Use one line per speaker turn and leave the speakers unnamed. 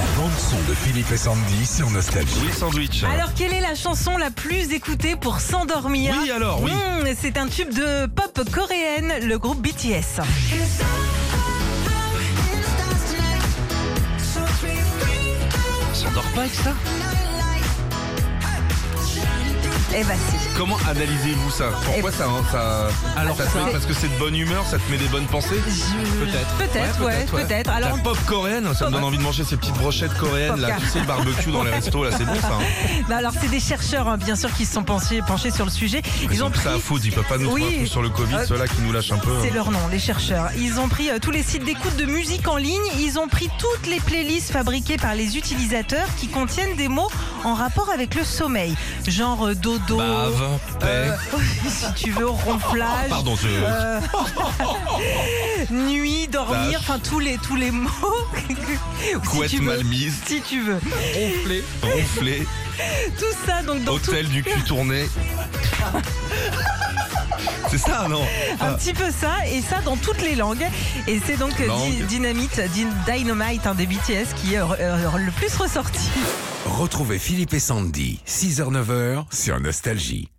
chanson de Philippe et Sandy sur Nostalgie.
Oui, sandwich.
Alors, quelle est la chanson la plus écoutée pour s'endormir
Oui, alors, oui.
Hmm, C'est un tube de pop coréenne, le groupe BTS.
On s'endort pas avec ça
Eh bah si.
Comment analysez-vous ça
Eh
Pourquoi ça, hein, ça Alors ça, te met- parce que c'est de bonne humeur, ça te met des bonnes pensées Peut-être.
Peut-être, ouais, peut-être.
La
Alors,
pop coréenne, ça me donne envie de manger ces petites brochettes coréennes là,
Popcorn.
tu sais le barbecue dans les restos là, c'est bon ça. hein.
non, Ben, alors c'est des chercheurs, hein, bien sûr, qui se sont penchés, penchés sur le sujet.
Ils ont pris ça à foutre, ils peuvent pas nous
Oui.
trouver un truc sur le Covid,
Euh,
ceux-là qui nous lâchent un peu.
C'est leur nom, les chercheurs. Ils ont pris euh, tous les sites d'écoute de musique en ligne. Ils ont pris toutes les playlists fabriquées par les utilisateurs qui contiennent des mots en rapport avec le sommeil. Genre euh, dodo,
Bave, paix.
euh, si tu veux, ronflage,
Pardon, je...
euh, nuit, dormir, enfin tous les, tous les mots. si,
couette
tu veux,
mal mise,
si tu veux.
ronflé, ronflé,
Tout ça, donc dans tout,
hôtel du cul tourné. c'est ça, non
un petit peu ça, et ça dans toutes les langues. Et c'est donc euh,
Langue.
Di- Dynamite, Di- Dynamite, un des BTS qui est euh, euh, le plus ressorti.
Retrouvez Philippe et Sandy, 6h-9h sur Nostalgie.